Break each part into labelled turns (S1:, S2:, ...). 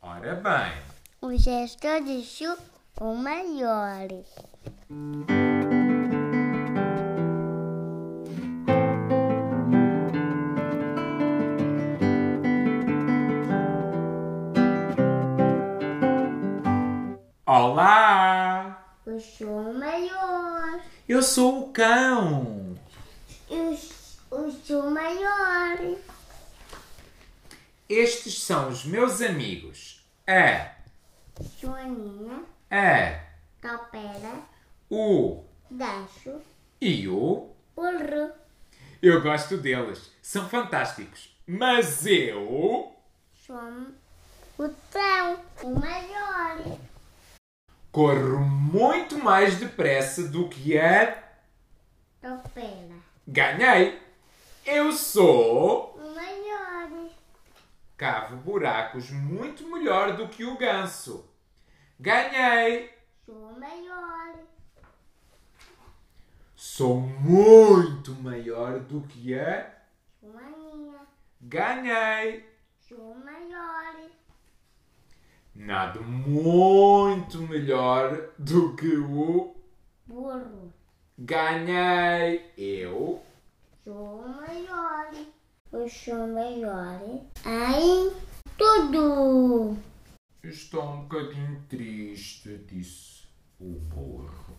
S1: Parabéns.
S2: O gestor de Chu, o maior.
S1: Olá!
S2: O Chu, o maior.
S1: Eu sou o cão.
S2: E O, Chu- o Chu, o maior.
S1: Estes são os meus amigos. É, A,
S2: Joaninha,
S1: a,
S2: Topera,
S1: é, o
S2: Dacho,
S1: e o.
S2: Urru.
S1: Eu gosto deles. São fantásticos. Mas eu.
S2: Som, o Trão, o maior.
S1: Corro muito mais depressa do que a.
S2: Topera,
S1: Ganhei! Eu sou.
S2: o maior.
S1: Cavo buracos muito melhor do que o ganso. Ganhei!
S2: Chu, o maior.
S1: Sou muito maior do que a.
S2: Joaninha,
S1: Ganhei!
S2: Chu, o maior.
S1: Nada muito melhor do que o.
S2: Burro,
S1: Ganhei! Eu.
S2: Chu, o maior. O Chu, o maior. Aí, tudo.
S1: Estou um bocadinho triste, disse o burro.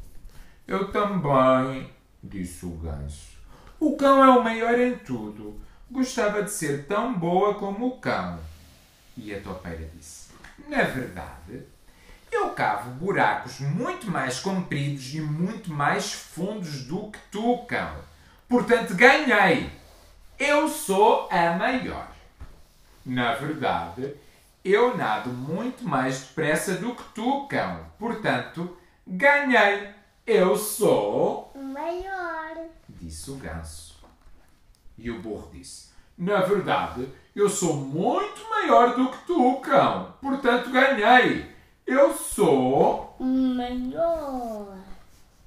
S1: Eu também, disse o ganso. O cão é o maior em tudo. Gostava de ser tão boa como o cão. E a topeira disse: Na verdade, eu cavo buracos muito mais compridos e muito mais fundos do que tu, cão. Portanto, ganhei. Eu sou a maior. Na verdade, eu nado muito mais depressa do que tu, cão. Portanto, ganhei. Eu sou,
S2: O maior.
S1: disse o ganso. E o burro disse: Na verdade, eu sou muito maior do que tu, cão. Portanto, ganhei. Eu sou,
S2: O maior.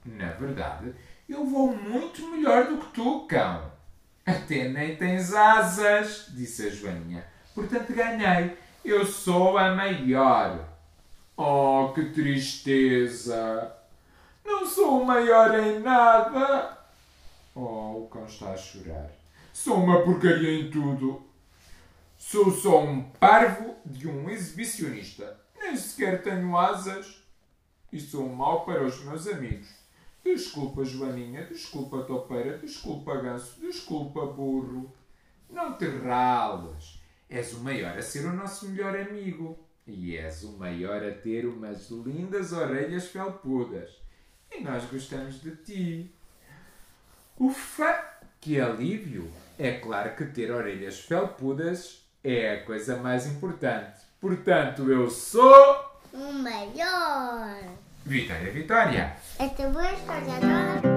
S1: na verdade, eu vou muito melhor do que tu, cão. Até nem tens asas, disse a Joaninha. Portanto, ganhei. Eu sou a maior. Oh, que tristeza! Não sou o maior em nada! Oh, o cão está a chorar. Sou uma porcaria em tudo. Sou só um parvo de um exibicionista. Nem sequer tenho asas. E sou um mau para os meus amigos. Desculpa, Joaninha. Desculpa, Topeira. Desculpa, Ganso. Desculpa, Burro. Não te ralas. És o maior a ser o nosso melhor amigo. E és o maior a ter umas lindas orelhas felpudas. E nós gostamos de ti. Ufa! Que alívio! É claro que ter orelhas felpudas é a coisa mais importante. Portanto, eu sou.
S2: O maior.
S1: Vitória, Vitória!
S2: Esta voz faz agora.